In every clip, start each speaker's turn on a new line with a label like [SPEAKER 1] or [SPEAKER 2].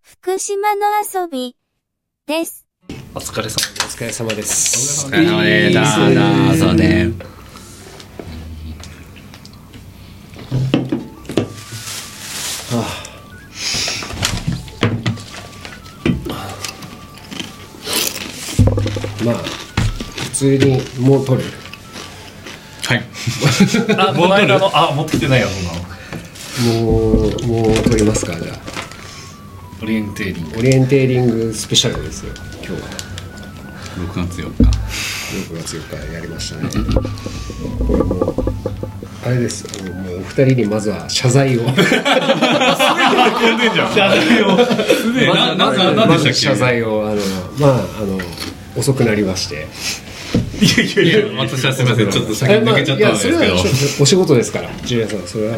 [SPEAKER 1] 福島の遊びです。
[SPEAKER 2] お疲れ様です。
[SPEAKER 3] お疲れ様です。
[SPEAKER 4] お疲れ様です。だーだーそうね。
[SPEAKER 3] まあ、普通にもう取る。
[SPEAKER 4] はい。
[SPEAKER 2] あ、この間の、あ、持ってきてないやろ
[SPEAKER 3] もう、もう取りますか、じゃあ。
[SPEAKER 2] オリエンテーリング。
[SPEAKER 3] オリエンテーリングスペシャルですよ、今日は。
[SPEAKER 4] 6月4日。
[SPEAKER 3] 6月4日やりましたね。これもう、あれですよ、もうお二人にまずは謝罪を。
[SPEAKER 2] 運んでんじゃん。謝罪を。すでに。
[SPEAKER 4] な、な、な、なん
[SPEAKER 3] ま
[SPEAKER 4] でしたっけ
[SPEAKER 3] ず謝罪を、あの、まあ、あの、遅くなりまして。
[SPEAKER 4] いや、私はすみません。ちょっと先に抜けちゃったんですけ
[SPEAKER 3] い
[SPEAKER 4] ど
[SPEAKER 3] やそれ。はお仕事ですからジュリアさん それは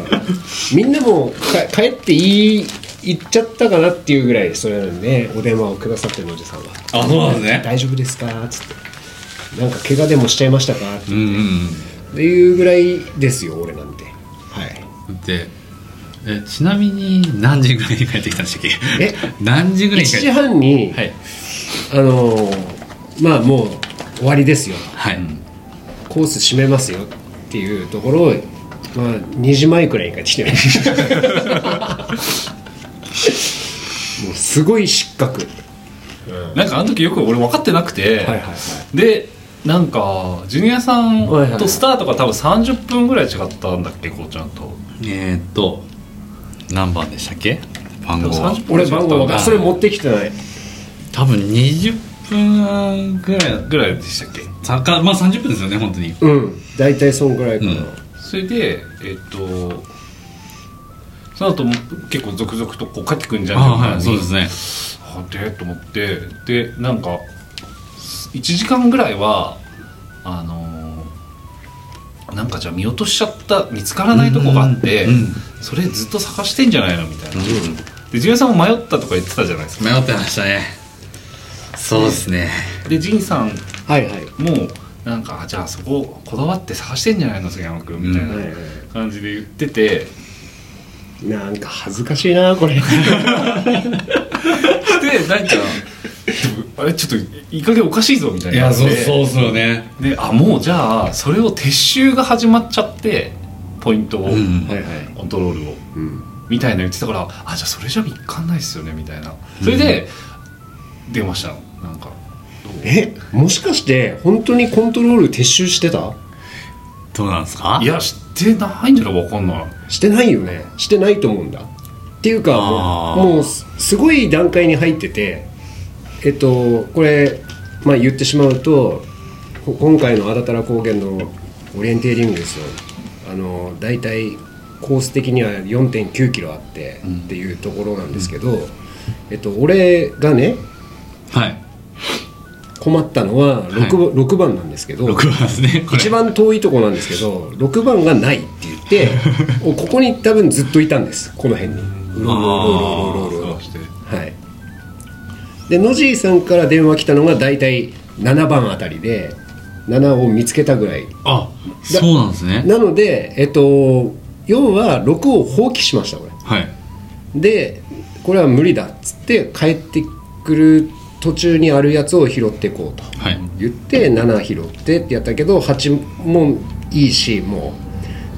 [SPEAKER 3] みんなもか帰っていい行っちゃったかなっていうぐらいそれなんでお電話をくださってるおじさんは
[SPEAKER 4] あ、そうなんです
[SPEAKER 3] 「
[SPEAKER 4] ね。
[SPEAKER 3] 大丈夫ですか?」っつって「なんか怪我でもしちゃいましたか?」
[SPEAKER 4] うんうん
[SPEAKER 3] っていうぐらいですよ俺なんてはい
[SPEAKER 4] うん。で、え、ちなみに何時ぐらいに帰ってきたんでしたっけ
[SPEAKER 3] え
[SPEAKER 4] 何時ぐら
[SPEAKER 3] 1
[SPEAKER 4] いに帰っ
[SPEAKER 3] 時
[SPEAKER 4] て
[SPEAKER 3] 半に、
[SPEAKER 4] はい。
[SPEAKER 3] あのーまあもう終わりですよ
[SPEAKER 4] はい。
[SPEAKER 3] コース閉めますよっていうところを、まあ、2時前くらいに帰ってきてる もうすごい失格はい
[SPEAKER 2] なんかあの時よく俺分かってなくて、
[SPEAKER 3] はいはい
[SPEAKER 2] でなんかジュニアさん
[SPEAKER 3] はいはいはい
[SPEAKER 2] とスタートが多分30分ぐらい違ったんだっけこうちゃんと
[SPEAKER 4] えーっと、何番でしたっけ番号は。
[SPEAKER 2] 30
[SPEAKER 3] 俺番号分かんないそれ持ってきてない
[SPEAKER 4] 多分20分ぐらいだ
[SPEAKER 2] ぐらいでしたっけ
[SPEAKER 4] たか、まあ30分ですよね、本当に。
[SPEAKER 3] うん大体そんぐらいかな、
[SPEAKER 4] うん
[SPEAKER 2] それでえっとその後も結構続々とこう帰ってくるんじゃない
[SPEAKER 4] あ
[SPEAKER 2] かな
[SPEAKER 4] はい、そうですね。
[SPEAKER 2] あでと思ってでなんか1時間ぐらいはあのーなんかじゃあ見落としちゃった見つからないとこがあって、
[SPEAKER 4] うんうん
[SPEAKER 2] それずっと探してんじゃないのみたいな、でジュニアさんも迷ったとか言ってたじゃないですか
[SPEAKER 4] 迷ってましたね。そうですね。
[SPEAKER 2] でジンさん
[SPEAKER 3] はいはい
[SPEAKER 2] もなんかあじゃあそここだわって探してんじゃないの杉山君みたい
[SPEAKER 3] はいは
[SPEAKER 2] ない感じで言ってて、
[SPEAKER 3] なんか恥ずかしいなこれ
[SPEAKER 2] でなんか あれちょっといい加減おかしいぞみたい
[SPEAKER 4] い
[SPEAKER 2] にな
[SPEAKER 4] や、
[SPEAKER 2] って
[SPEAKER 4] そう、そうっすよね。
[SPEAKER 2] であもうじゃあそれを撤収が始まっちゃってポイントを、
[SPEAKER 4] うん
[SPEAKER 3] はいはい、
[SPEAKER 2] コントロールを
[SPEAKER 3] うん、
[SPEAKER 2] みたいな言ってたからあじゃあそれじゃ見っかんないっすよねみたいなそれで、電話したのなんかどう
[SPEAKER 3] えもしかして本当にコントロール撤収してた
[SPEAKER 4] どうなんですか
[SPEAKER 2] いや知ってないんじゃないわかんない
[SPEAKER 3] してないよねしてないと思うんだっていうか
[SPEAKER 4] あー
[SPEAKER 3] もうもうすすごい段階に入っててえっとこれ、まあ、言ってしまうとこ今回の安達太良高原のオリエンテーリングですよあの大体コース的には4 9キロあってっていうところなんですけど、えっと、俺がね
[SPEAKER 4] はい。
[SPEAKER 3] 困ったのは 6,、
[SPEAKER 4] は
[SPEAKER 3] 六番なんですけど
[SPEAKER 4] 6番ですね、これ。
[SPEAKER 3] 一番遠いとこなんですけど6番がないって 言っておここに多分ずっといたんですこの辺にうろうろうろうろうろうろうろ
[SPEAKER 2] 探して
[SPEAKER 3] はいで野尻さんから電話来たのが大体7番あたりで7を見つけたぐらい
[SPEAKER 4] あ、そうなんですね。
[SPEAKER 3] なのでえっと要は6を放棄しましたこれ
[SPEAKER 4] はい。
[SPEAKER 3] でこれは無理だっつって帰ってくる途中にあるやつを拾っていこうと
[SPEAKER 4] はい。
[SPEAKER 3] 言って7拾ってってやったけど8もいいしも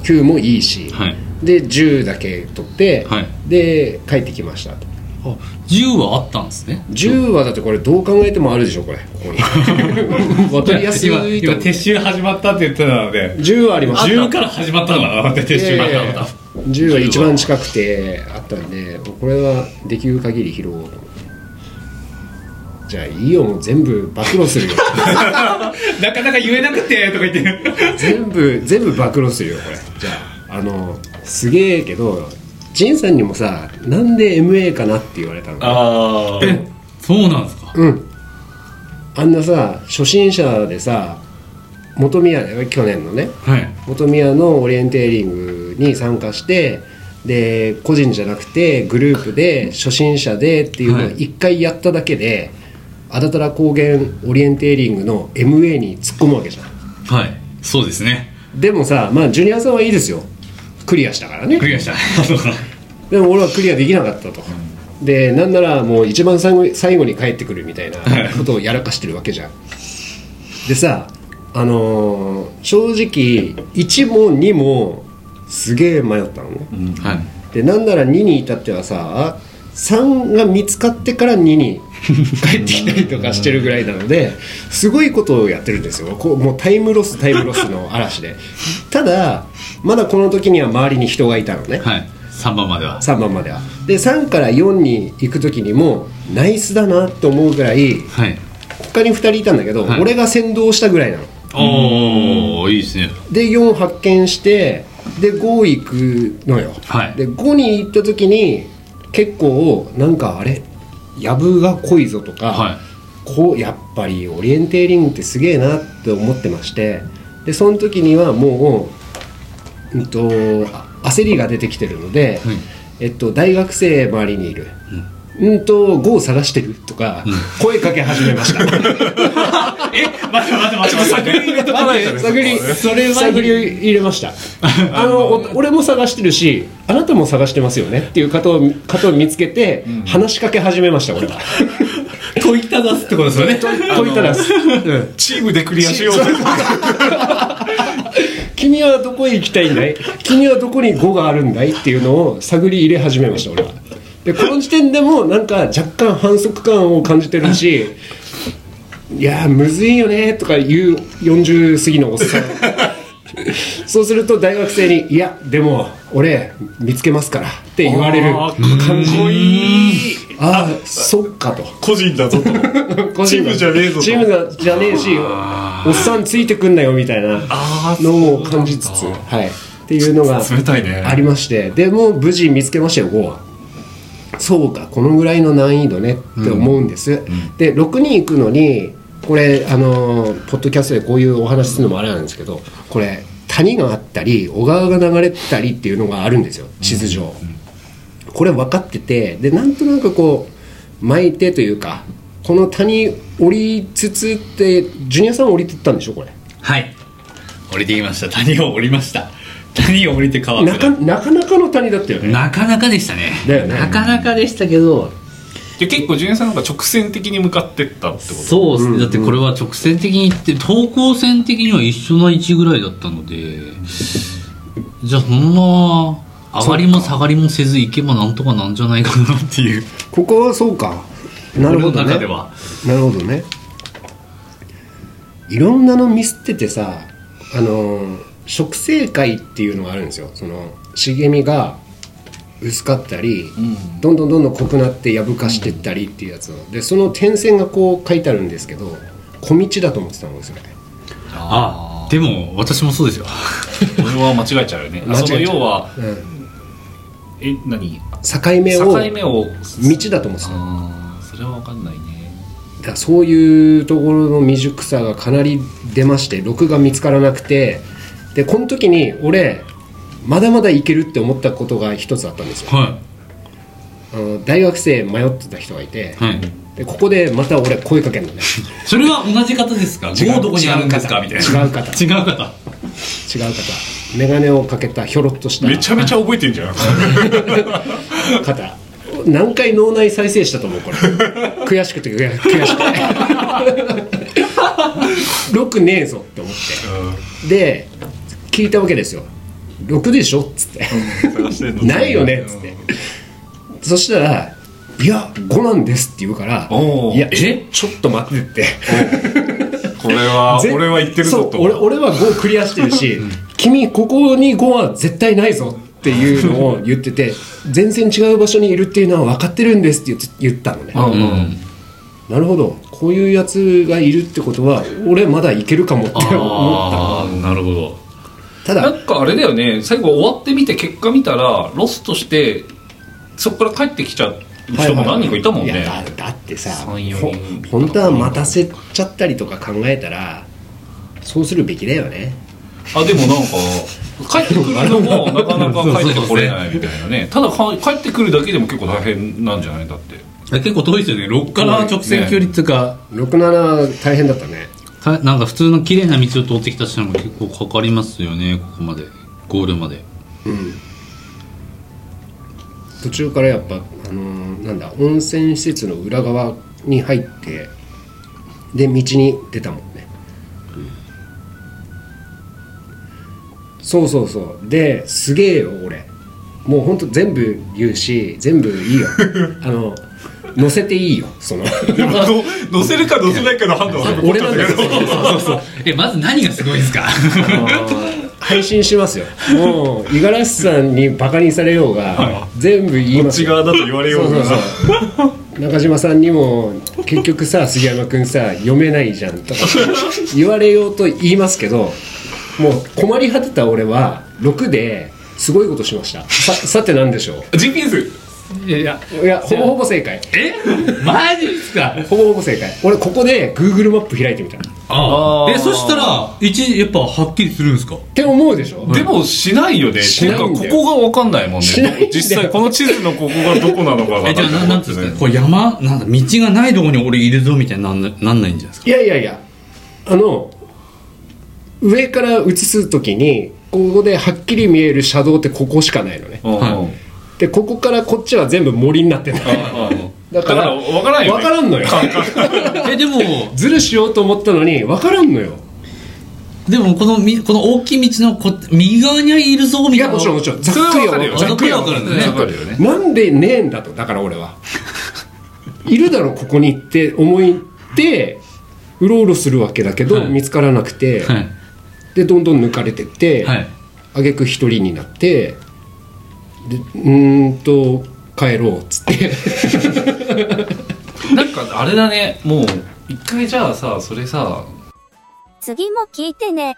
[SPEAKER 3] う9もいいし、
[SPEAKER 4] はい
[SPEAKER 3] で10だけ取って、
[SPEAKER 4] はい
[SPEAKER 3] で帰ってきましたと
[SPEAKER 4] あ、10はあったんですね。
[SPEAKER 3] 10はだってこれどう考えてもあるでしょ これここに分かりやすいと思う
[SPEAKER 4] 今、今撤収始まったって言ってたので、
[SPEAKER 3] 10はありました
[SPEAKER 4] 10から始まったのかな、待って撤収
[SPEAKER 3] い
[SPEAKER 4] が
[SPEAKER 3] やい
[SPEAKER 4] 始
[SPEAKER 3] やい
[SPEAKER 4] ま
[SPEAKER 3] や
[SPEAKER 4] った。
[SPEAKER 3] 10は一番近くてあったんでこれはできる限り拾おうと思ってじゃあいいよもう全部暴露するよ
[SPEAKER 4] なかなか言えなくて、とか言って。
[SPEAKER 3] 全部全部暴露するよこれじゃああのすげえけどジンさんにもさなんで MA かなって言われたの
[SPEAKER 2] あー
[SPEAKER 4] え、そうなんですか。
[SPEAKER 3] うんあんなさ初心者でさ元宮だよ去年のね
[SPEAKER 4] はい。
[SPEAKER 3] 元宮のオリエンテーリングに参加してで個人じゃなくてグループで初心者でっていうのを
[SPEAKER 4] はい
[SPEAKER 3] 一回やっただけで、安達太良高原オリエンテーリングの MA に突っ込むわけじゃん
[SPEAKER 4] はい。そうですね。
[SPEAKER 3] でもさまあジュニアさんはいいですよクリアしたから ね
[SPEAKER 4] クリアした。そうか
[SPEAKER 3] でも俺はクリアできなかったと、でなんならもう一番最後に最後に帰ってくるみたいなことをやらかしてるわけじゃんでさあのー正直1も2もすげえ迷ったのね
[SPEAKER 2] うん
[SPEAKER 4] はい
[SPEAKER 3] でなんなら2に至ってはさ3が見つかってから2に 帰ってきたりとかしてるぐらいなのですごいことをやってるんですよこうもうタイムロスタイムロスの嵐でただまだこの時には周りに人がいたのね
[SPEAKER 4] はい3番までは
[SPEAKER 3] 3番まではで3から4に行く時にもナイスだなと思うぐらい
[SPEAKER 4] はい
[SPEAKER 3] 他に2人いたんだけど、
[SPEAKER 4] はい
[SPEAKER 3] 俺が先導したぐらいなの
[SPEAKER 4] おおいいですね
[SPEAKER 3] で4発見してで5行くのよ、
[SPEAKER 4] はい
[SPEAKER 3] で5に行った時に結構なんかあれやぶが濃いぞとか、
[SPEAKER 4] は
[SPEAKER 3] こうやっぱりオリエンテーリングってすげえなって思ってましてでその時にはもう、うん、とあ焦りが出てきてるので、
[SPEAKER 4] はい
[SPEAKER 3] えっと、大学生周りにいる。うんと、5を探してるとか、声かけ始めました。
[SPEAKER 2] 待って待って待って待って
[SPEAKER 3] 探りそれは探りを入れましたあのお俺も探してるしあなたも探してますよねっていう方を方を見つけて、話しかけ始めました俺は
[SPEAKER 4] 問いただすってことですよね
[SPEAKER 3] 問いただす、うん
[SPEAKER 2] チームでクリアしようと
[SPEAKER 3] 君はどこへ行きたいんだい君はどこに語があるんだいっていうのを探り入れ始めました俺はでこの時点でもなんか若干反則感を感じてるしいやーむずいよねとか言う40過ぎのおっさんそうすると大学生に「いやでも俺見つけますから」って言われる
[SPEAKER 2] あ
[SPEAKER 3] 感じ
[SPEAKER 2] かっこいい
[SPEAKER 3] ああそっかと
[SPEAKER 2] 個人だぞ とチームじゃねえぞと
[SPEAKER 3] チームがじゃねえしおっさんついてくんなよみたいな
[SPEAKER 2] あー
[SPEAKER 3] のを感じつつ、はい、っていうのが
[SPEAKER 2] 冷たいね
[SPEAKER 3] ありましてでも無事見つけましたよ5はそうかこのぐらいの難易度ねって思うんです、で6に行くのにこれあのーポッドキャストでこういうお話するのもあれなんですけどこれ谷があったり小川が流れてたりっていうのがあるんですよ地図上、これ分かっててでなんとなくこう巻いてというかこの谷降りつつってジュニアさん降りてったんでしょこれ
[SPEAKER 4] はい降りてきました谷を降りました谷を降りて川
[SPEAKER 3] な
[SPEAKER 4] 下
[SPEAKER 3] か
[SPEAKER 4] る
[SPEAKER 3] なかなかの谷だったよね
[SPEAKER 4] なかなかでしたね
[SPEAKER 3] だよね
[SPEAKER 4] なかなかでしたけど
[SPEAKER 2] で結構ジュニアさんなんか直線的に向かってったってこと
[SPEAKER 4] そうですね、だってこれは直線的にいって等高線的には一緒の位置ぐらいだったのでじゃあそんな上がりも下がりもせず行けばなんとかなんじゃないかなっていう
[SPEAKER 3] ここはそうかなるほど
[SPEAKER 4] 俺の
[SPEAKER 3] ね
[SPEAKER 4] 中では
[SPEAKER 3] なるほどねいろんなのミスっててさあのー植生界っていうのがあるんですよその茂みが薄かったり、
[SPEAKER 2] ん
[SPEAKER 3] どんどんどんどん濃くなってやぶかしてったりっていうやつをでその点線がこう書いてあるんですけど小道だと思ってたんですよね
[SPEAKER 4] あでも私もそうですよ
[SPEAKER 2] 俺は間違えちゃうよねあその
[SPEAKER 3] 間違えちゃう
[SPEAKER 2] 要は
[SPEAKER 3] うん
[SPEAKER 2] え何
[SPEAKER 3] 境目を
[SPEAKER 2] 境目を
[SPEAKER 3] 道だと思ってた
[SPEAKER 2] あーそれは分かんないね
[SPEAKER 3] だからそういうところの未熟さがかなり出まして録が見つからなくてでこの時に俺まだまだいけるって思ったことが一つあったんですよ
[SPEAKER 4] は
[SPEAKER 3] あの大学生迷ってた人がいて、
[SPEAKER 4] いはい
[SPEAKER 3] でここでまた俺声かけるのね
[SPEAKER 4] それは同じ方ですか
[SPEAKER 3] 違う
[SPEAKER 4] もうどこにあるんですかみたいな
[SPEAKER 3] 違う方
[SPEAKER 4] 違う方
[SPEAKER 3] 違う方眼鏡をかけたひょろっとした
[SPEAKER 2] めちゃめちゃ覚えてんじゃん
[SPEAKER 3] 方何回脳内再生したと思うこ れ悔しくて悔悔しくて ろくねえぞって思ってで聞いたわけですよ「6でしょ?」っつって
[SPEAKER 2] 探して
[SPEAKER 3] 「
[SPEAKER 2] んの
[SPEAKER 3] ないよね」っつってそしたら「いや5なんです」って言うから
[SPEAKER 2] お
[SPEAKER 3] 「
[SPEAKER 2] う
[SPEAKER 3] いや
[SPEAKER 4] え
[SPEAKER 3] ちょっと待って」って
[SPEAKER 2] これは
[SPEAKER 3] ぜ
[SPEAKER 2] 俺は言ってるぞ
[SPEAKER 3] そ
[SPEAKER 2] と
[SPEAKER 3] う俺俺は5クリアしてるし君ここに5は絶対ないぞっていうのを言ってて 全然違う場所にいるっていうのは分かってるんですって言って言ったのね
[SPEAKER 2] うんうん
[SPEAKER 3] なるほどこういうやつがいるってことは俺まだいけるかもって思っ
[SPEAKER 4] ああなるほど
[SPEAKER 3] たただ
[SPEAKER 2] なんかあれだよね最後終わってみて結果見たらロスとしてそこから帰ってきちゃう人も何人かいたもんね、
[SPEAKER 3] いやだだってさ
[SPEAKER 2] 三四
[SPEAKER 3] ほ
[SPEAKER 2] 人
[SPEAKER 3] 本当は待たせちゃったりとか考えたらそうするべきだよね
[SPEAKER 2] あでもなんか帰ってくるのもなかな か帰ってこれないみたいなねただか帰ってくるだけでも結構大変なんじゃないだ って
[SPEAKER 4] 結構遠いですよね6から直線距離っていうか、
[SPEAKER 3] 67大変だったね
[SPEAKER 4] たなんか普通の綺麗な道を通ってきた人も結構かかりますよねここまでゴールまで
[SPEAKER 3] うん途中からやっぱ、あのーなんだ温泉施設の裏側に入ってで道に出たもんね、うんそうそうそうですげえよ俺もうほんと全部言うし全部いいよあの載せていいよその
[SPEAKER 2] 乗せるか乗せないかの 判断は
[SPEAKER 3] 俺なんだけど
[SPEAKER 4] えまず何がすごいです か
[SPEAKER 3] 配信しますよもう五十嵐さんにバカにされようが、全部言いますよ
[SPEAKER 2] だと言われ
[SPEAKER 3] そうそうそう中島さんにも結局さ杉山君さ読めないじゃんとか言われようと言いますけどもう困り果てた俺は6ですごいことしましたささて何でしょ
[SPEAKER 2] GPS
[SPEAKER 4] いやいや
[SPEAKER 3] ういやほぼほぼ正解
[SPEAKER 4] えマジですか
[SPEAKER 3] ほぼほぼ正解俺ここで Google マップ開いてみたっ
[SPEAKER 2] あー
[SPEAKER 4] えそしたら一やっぱはっきりするんですか
[SPEAKER 3] て思うでしょ
[SPEAKER 2] でもしないよね
[SPEAKER 3] しないんだよ
[SPEAKER 2] ていうかここが分かんないもん
[SPEAKER 3] しないんだ
[SPEAKER 2] ね
[SPEAKER 3] よ
[SPEAKER 2] 実際この地図のここがどこなのかが
[SPEAKER 4] えじゃあななんつうんですかこれ山なんだ道がないとこに俺いるぞみたいになんななんないんじゃないですか
[SPEAKER 3] いやいやいやあの上から映す時にここではっきり見える車道ってここしかないのね
[SPEAKER 2] うんうん
[SPEAKER 4] はい
[SPEAKER 3] でここからこっちは全部森になってんだだ
[SPEAKER 2] だ
[SPEAKER 3] か
[SPEAKER 2] からら分からんよ
[SPEAKER 3] 分
[SPEAKER 2] ね
[SPEAKER 3] からんのよ
[SPEAKER 4] えでも
[SPEAKER 3] ズルしようと思ったのに分からんのよ
[SPEAKER 4] でもこのみこの大きい道のこ右側にはいるぞみ
[SPEAKER 3] い
[SPEAKER 4] たい
[SPEAKER 3] や
[SPEAKER 4] な
[SPEAKER 3] もちろんもちろんざっ
[SPEAKER 2] それは
[SPEAKER 3] くり
[SPEAKER 2] 分
[SPEAKER 3] は
[SPEAKER 2] かるよ
[SPEAKER 3] ざっくりは
[SPEAKER 4] ざっくりは分かるね
[SPEAKER 2] ざっくりはね
[SPEAKER 3] なんでねえんだとだから俺はいるだろここにって思いってうろうろするわけだけど、
[SPEAKER 4] はい
[SPEAKER 3] 見つからなくて、
[SPEAKER 4] はい
[SPEAKER 3] でどんどん抜かれてって、
[SPEAKER 4] はい
[SPEAKER 3] 挙句一人になってでうーんと帰ろうっつって
[SPEAKER 2] なんかあれだねもう一回じゃあさそれさ
[SPEAKER 1] 次も聞いてね。